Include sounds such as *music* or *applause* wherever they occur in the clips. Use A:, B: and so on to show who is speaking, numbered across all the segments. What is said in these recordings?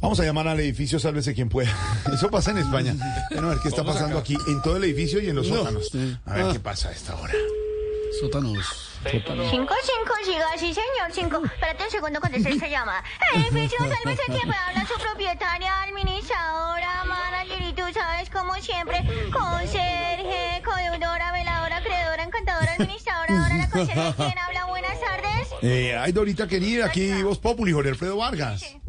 A: Vamos a llamar al edificio Sálvese quien pueda. *laughs* Eso pasa en España. Bueno, a ver qué está
B: Vamos
A: pasando
B: acá.
A: aquí, en todo el edificio y en los
B: No.
A: sótanos.
B: Sí.
A: A ver
B: Ah.
A: qué pasa a esta hora.
B: Sótanos.
C: 5, 5, siga, sí señor, 5. Espérate un segundo, contesté esta llamada. El edificio Sálvese Quien Pueda habla su propietaria, administradora, manager y tú sabes como siempre, conserje, codudora, veladora, creadora, encantadora, administradora, ahora la conserje, ¿quién habla? Buenas tardes.
A: Eh, ay, Dorita querida, aquí Voz Populi, Jorge Alfredo Vargas.
C: Ay,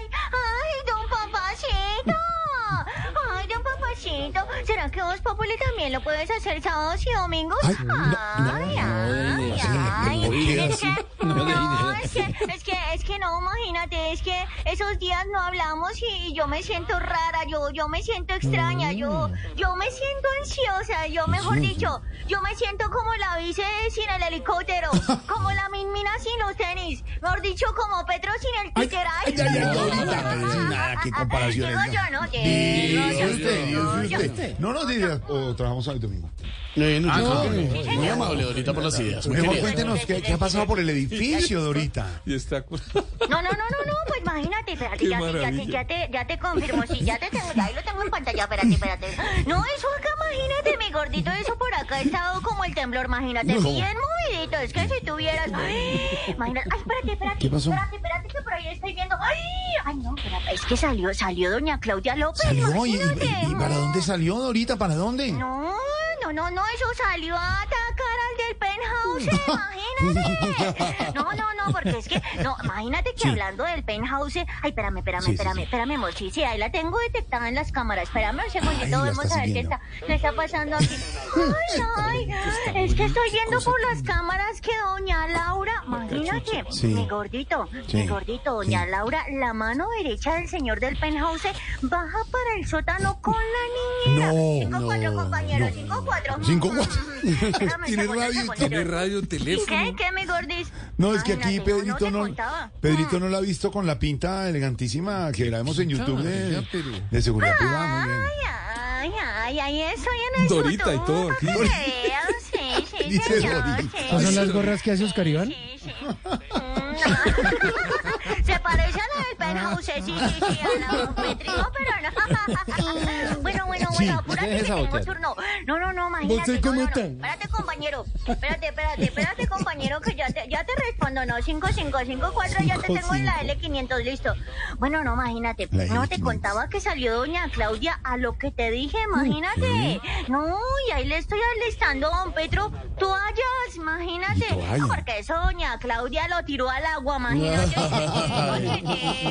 C: ay, don papacito. Ay, don papacito. ¿Será que vos, Populi, también lo puedes hacer sábados y domingos? Ah,
A: Ay, no, no,
C: Ay,
B: no,
C: ay,
B: sí,
C: ay.
A: ¿por qué
C: Es
B: así?
C: que-
B: No, de ahí,
C: no,
B: de-
C: es que, es que, es que no, imagínate, es que esos días no hablamos y yo me siento rara, yo, yo me siento extraña, yo, yo me siento ansiosa, yo mejor dicho, yo me siento como la bici sin el helicóptero, como la minmina sin los tenis, mejor dicho, como Petro sin el
A: Ay, ay, ay, ay,
C: titeral.
A: Dorita.
C: Ah,
A: Nada, qué comparaciones.
C: Digo ah, yo, ¿no? Digo
A: Dios
C: yo.
A: usted, Dios usted. No nos diga, o trabajamos sábado y domingo.
B: No, no, Ah, no, no. Muy amable, Dorita, por las ideas. Muy
A: Mejor
B: querida.
A: cuéntenos qué, qué ha pasado por el edificio, Dorita.
D: Y está cu-
C: No, no, no, no, no, pues imagínate, espérate,
D: Qué
C: ya, te- ya, te,
D: maravilla.
C: ya, te, ya te confirmo, sí, ya te tengo, ya ahí lo tengo en pantalla, espérate, espérate. No, eso acá, imagínate, mi gordito, eso por acá ha estado como el temblor, imagínate, bien movidito, es que si tuvieras... Ay, imagínate, ay, espérate, espérate,
A: ¿Qué pasó?
C: espérate, espérate, que por ahí estoy viendo... Ay, ay, no, espérate, es que salió, salió doña Claudia López,
A: Salió, ¿y, y-
C: imagínate.
A: y- y para dónde salió, Dorita? ¿Para dónde?
C: No, no, no, no, eso salió a atacar al
A: *laughs*
C: del penthouse, imagínate. No, no, no, porque es que, no, imagínate que hablando del penthouse, ay, espérame, espérame,
A: Sí, sí,
C: espérame,
A: sí.
C: espérame, Mochi, sí, ahí la tengo detectada en las cámaras, espérame un
A: Ay,
C: segundito,
A: la
C: vamos
A: está
C: a ver qué
A: siguiendo.
C: está, qué está pasando aquí. Ay, ay, es que estoy viendo por las cámaras que doña Laura, imagínate,
A: Sí.
C: mi gordito,
A: Sí,
C: mi gordito, doña
A: sí.
C: Laura, la mano derecha del señor del penthouse baja para el sótano con la niñera.
A: No,
C: Cinco,
A: no,
C: cuatro, compañero,
A: no.
C: cinco, cuatro.
A: Cinco,
C: *laughs*
A: cuatro.
C: Espérame,
A: Tiene
C: segundo,
A: radio y
C: segundo.
A: todo.
D: Tiene radio,
C: ¿Qué?
D: teléfono.
C: ¿Qué, mi gordis?
A: No, es que aquí
C: Imagínate, yo
A: Pedrito
C: te
A: no,
C: contaba. Ah.
A: Pedrito no la ha visto con la pinta elegantísima que la vemos en
B: pinta,
A: YouTube de,
B: ya, pero-
A: de seguridad privada. Muy bien.
C: Ay, ay, ay, ahí estoy en el
D: Dorita y
C: YouTube,
D: todo
C: para que
D: aquí.
C: te vean. Sí, sí,
A: Dice
C: señor,
A: Dorita.
C: sí,
E: ¿Ah, son
C: sí,
E: las gorras que hace Oscar Iván?
C: sí, sí. Mm, *laughs* Se parece a la del penthouse, sí, sí, sí, a la Petrino, pero no. *laughs* Bueno, bueno, bueno,
E: Sí, no te
C: apúrate
E: dejes
C: que tengo
E: sabotear.
C: turno. No, no, no, imagínate. no, no,
E: Voy a
C: no.
E: comentar.
C: Espérate, compañero. Espérate, espérate, espérate, compañero, que ya te, ya te respondo. No, 5554, ya te tengo en la L500, listo. Bueno, no, imagínate.
A: La
C: No, te
A: L500.
C: contaba que salió doña Claudia a lo que te dije, imagínate. No, y ahí le estoy alistando, don Petro, toallas, imagínate.
A: Y toalla.
C: No, porque eso doña Claudia lo tiró al agua, imagínate.
A: *laughs*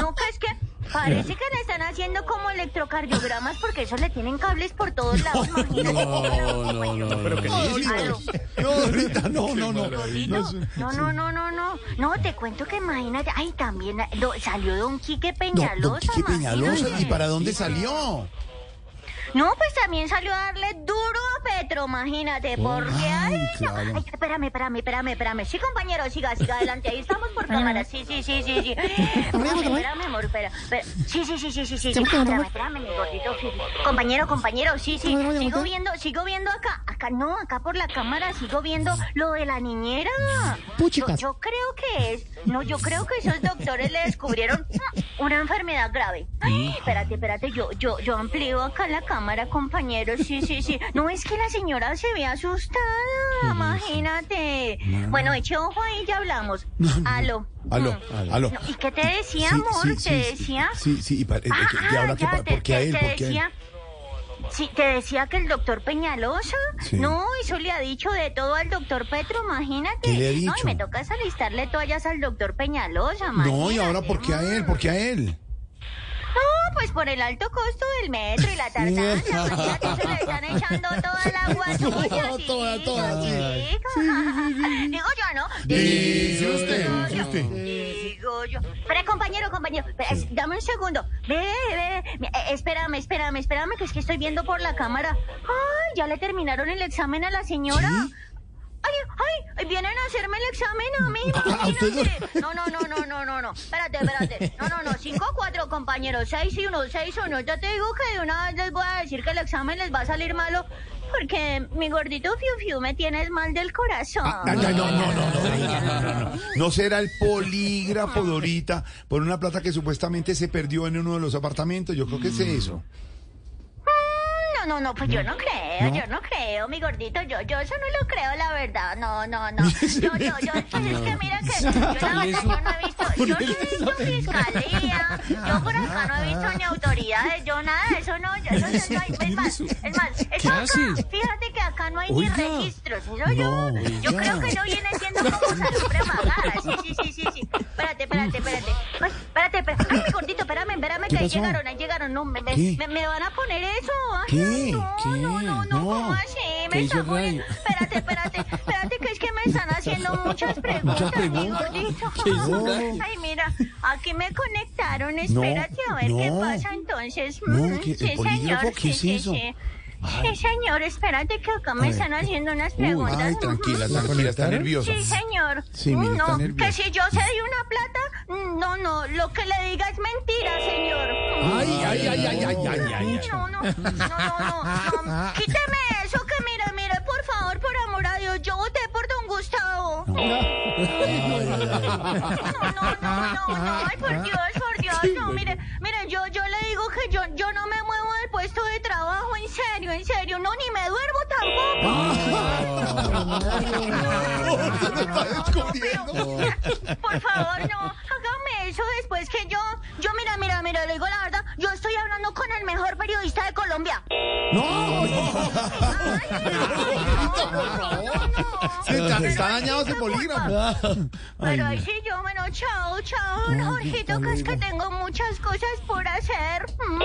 C: No, que es que parece que le están haciendo como electrocardiogramas porque eso le tienen cables por todos *laughs* lados. imagínate.
B: No, no, no, no.
A: No, Dorita, no, Dorita, no, no, no.
C: Gordito,
A: No, es-
C: No, no, no, no, no. No, te cuento que imagínate. Ay, también eh, do- salió Don Quique
A: No,
C: Peñalosa. Ah.
A: don Quique
C: imagínate.
A: Peñalosa, ¿y para dónde salió?
C: No, pues también salió a darle duro a Petro, imagínate, porque ay, no. Ay, espérame, espérame, espérame, espérame. Sí, compañero, siga, siga adelante. Ahí estamos por cámara. Sí, sí, sí, sí, sí. Espérame, espérame, amor, espera. espera. Sí, sí, sí, sí, sí, sí. sí. Espérame, espérame, mi gordito. sí, sí. Compañero, compañero, sí, sí. Sigo viendo, sigo viendo acá, acá no, acá por la cámara sigo viendo lo de la niñera. Yo,
D: Puchicas.
C: yo creo que es, no, yo creo que esos doctores le descubrieron una enfermedad grave. Ay, espérate, espérate, yo, yo, yo amplío acá la cámara, compañero. Sí, sí, sí. No es que la señora se ve asustada, imagínate. Bueno, eche ojo ahí, ya hablamos. Aló.
A: Aló,
C: Mm.
A: aló.
C: No, ¿Y qué te
A: Sí,
C: decía, amor?
A: sí, sí,
C: ¿Te
A: sí,
C: decía?
A: Sí, sí, y pa- eh, eh,
C: Ah,
A: que- que ahora que
C: ya,
A: pa-
C: te-
A: ¿por qué a
C: te-
A: él?
C: te
A: ¿Por qué a él?
C: pues, decía- Sí, te decía que el doctor Peñalosa.
A: Sí.
C: No, eso le ha dicho de todo al doctor Petro, imagínate.
A: ¿Qué le ha
C: No, y
A: dicho?
C: me toca es alistarle toallas al doctor Peñalosa,
A: No, y ahora
C: imagínate.
A: ¿por qué a él? ¿Por qué a él?
C: No, pues por el alto costo del metro y la tardanza. imagínate, se le están echando toda
A: *laughs*
C: el agua sucia.
B: No,
C: sí,
B: toda, toda, sí.
C: chico. *laughs* Digo yo, ¿no?
B: Dice usted,
C: Digo
B: dice
C: yo,
B: usted.
C: Digo yo. Espera, compañero, compañero. espera, es- Dame un segundo. Ve, ve. ve, eh, Espérame, espérame, espérame, que es que estoy viendo por la cámara. Ay, ya le terminaron el examen a la señora. Ay, ay, vienen a hacerme el examen a mí, imagínate. No, no, no, no, no, no, no. Espérate, espérate. No, no, no. Cinco, cuatro, compañeros. Seis y uno, seis uno. Yo te digo que de una vez les voy a decir que el examen les va a salir malo porque mi gordito Fiu Fiu me tienes mal del corazón.
A: No, Ah, no, no, no, no, no, no, no, no. No será el polígrafo de ahorita por una plata que supuestamente se perdió en uno de los apartamentos. Yo creo que es
C: Mm.
A: eso.
C: No, no, no, pues yo no creo, yo no creo, mi gordito, yo, yo eso no lo creo, la verdad, no, no, *laughs* no, yo, yo, yo, pues es que mira que yo la verdad yo no he *laughs* visto, yo no he visto fiscalía, yo por acá no he visto ni autoridades, yo nada de eso no, yo eso, yo no hay, *laughs* es más, es más, eso acá, fíjate que acá no hay ni registros, eso yo, yo creo que yo viene siendo como salud prepagada, sí, sí, sí, sí, sí, espérate, espérate, espérate, Ay, espérate, espérate, ay, mi gordito, espérame, espérame que ahí
A: pasó?
C: llegaron, ahí llegaron, no, me, me,
A: ¿Qué?
C: me- me van a poner eso, ay,
A: ¿Qué?
C: no,
B: ¿Qué?
C: no, no, no,
B: No.
C: ¿cómo así?
B: ¿Qué
C: Me
B: hizo
C: están poniendo...
B: Ray?
C: Espérate, espérate, espérate, que es que me
A: *laughs*
C: están haciendo muchas preguntas, mi gordito.
B: hizo
C: Ay, mira, aquí me conectaron,
A: No,
C: espérate a ver qué
A: no.
C: pasa entonces.
A: No,
C: Mm,
A: ¿qué- el
C: sí,
A: polígrafo?
C: señor,
A: ¿Qué
C: sí,
A: es
C: sí,
A: eso?
C: sí. Sí, señor, espérate que acá me
A: ver.
C: están haciendo unas preguntas.
A: Ay, tranquila, tranquila, está nerviosa.
C: Sí, señor.
A: Sí, mire, está
C: no,
A: nerviosa.
C: que si yo sé de una plata, mm, no, no, lo que le diga es mentira, señor.
B: Ay, ay, ay, ay, ay, ay, ay.
C: No, no, no, no, no,
B: *laughs*
C: no. Quíteme eso que mire, mire, por favor, por amor a Dios, yo voté por don Gustavo. No, no, no, no, no, ay,
B: *laughs*
C: por Dios, por Dios, no, mire, mire, yo, yo le digo que yo, yo no me muevo del puesto de trabajo, en serio, en serio, no, ni me duermo tampoco.
A: Se lo está descubriendo.
C: Por favor, no, hágame eso después que yo, yo, mira, mira, mira, le digo la verdad, yo estoy hablando con el mejor periodista de Colombia.
A: Está- está dañado ese
C: Pero
A: polígrafo.
C: Pero ahí sí yo, bueno, chao, chao, don Jorgito, que es que tengo muchas cosas por
A: *laughs*
C: hacer. Mm.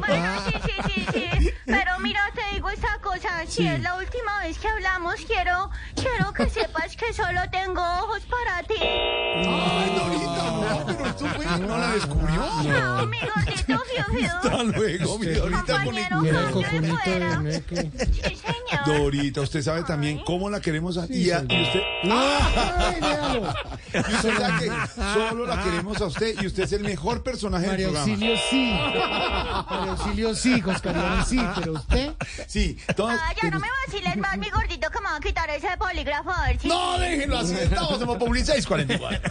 C: bueno, sí, sí, sí, sí. Pero mira, te digo esta cosa, si es la última vez que hablamos, quiero, quiero
A: *laughs*
C: que sepas que solo tengo ojos para ti.
A: Ay, Dorita, no, pero esto fue, no la descubrió.
C: Chao, mi
A: *laughs*
C: gordito fiu
A: Hasta
C: fiu.
A: luego, mi Dorita. con el-
C: Compañero, cambio de fuera. Sí, señor.
A: Dorita, usted sabe también cómo la queremos a y, a- y usted. Y usted sabe que solo la queremos a usted y usted es el mejor personaje
D: María
A: del programa.
D: Auxilio sí. María Auxilio sí, Oscar Iván sí, pero usted.
A: Sí, todas-
C: Ah, ya no me vaciles más, mi gordito, que me va a quitar ese polígrafo, a ver si...
A: No, déjenlo así. Estamos en Populi 644.